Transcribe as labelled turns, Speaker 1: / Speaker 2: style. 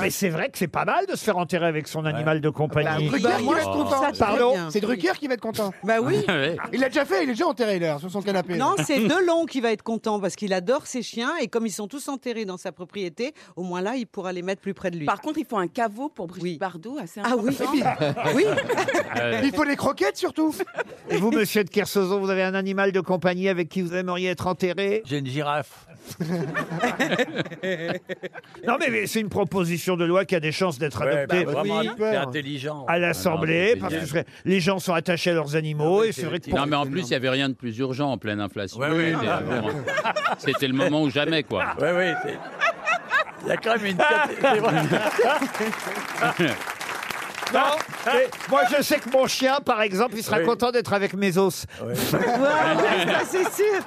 Speaker 1: mais c'est vrai que c'est pas mal de se faire enterrer avec son animal de
Speaker 2: Bah,
Speaker 1: compagnie.
Speaker 3: Ah,
Speaker 1: Bah,
Speaker 3: Drucker qui va être content.
Speaker 1: Pardon
Speaker 3: C'est Drucker qui va être content.
Speaker 4: Bah oui.
Speaker 3: Il l'a déjà fait, il est déjà enterré là, sur son canapé.
Speaker 4: Non, c'est Delon qui va être content parce qu'il adore ses chiens et comme ils sont tous enterrés dans sa propriété, au moins là, il pourra les mettre plus près de lui.
Speaker 5: Par contre, il faut un caveau pour Brigitte
Speaker 4: Oui.
Speaker 5: Bardot, assez
Speaker 4: Ah oui.
Speaker 5: important.
Speaker 4: oui.
Speaker 2: Ah
Speaker 3: Il faut des croquettes surtout.
Speaker 1: Et vous, monsieur de Kersozo, vous avez un animal de compagnie avec qui vous aimeriez être enterré
Speaker 6: J'ai une girafe.
Speaker 1: Non, mais, mais c'est une proposition de loi qui a des chances d'être adoptée.
Speaker 6: vraiment,
Speaker 4: Oui.
Speaker 6: t'es
Speaker 1: à
Speaker 6: intelligent.
Speaker 2: bah, Ah non,
Speaker 1: l'Assemblée,
Speaker 2: c'est
Speaker 1: parce que
Speaker 2: génial.
Speaker 1: ce serait- les gens sont attachés à leurs animaux, et c'est vrai que pour-
Speaker 2: Non, mais en plus, il n'y avait rien de plus urgent en pleine inflation.
Speaker 6: Ouais, ouais,
Speaker 2: C'était
Speaker 6: ouais.
Speaker 2: vraiment- C'était le moment ou jamais, quoi.
Speaker 6: Oui, oui. c'est- Il y a quand même une caté- c'est vrai.
Speaker 1: Non, mais
Speaker 2: Ah
Speaker 1: moi je sais que mon chien, par exemple, il sera
Speaker 6: Oui.
Speaker 1: content d'être avec mes os.
Speaker 4: Ouais, ouais, ça, c'est sûr.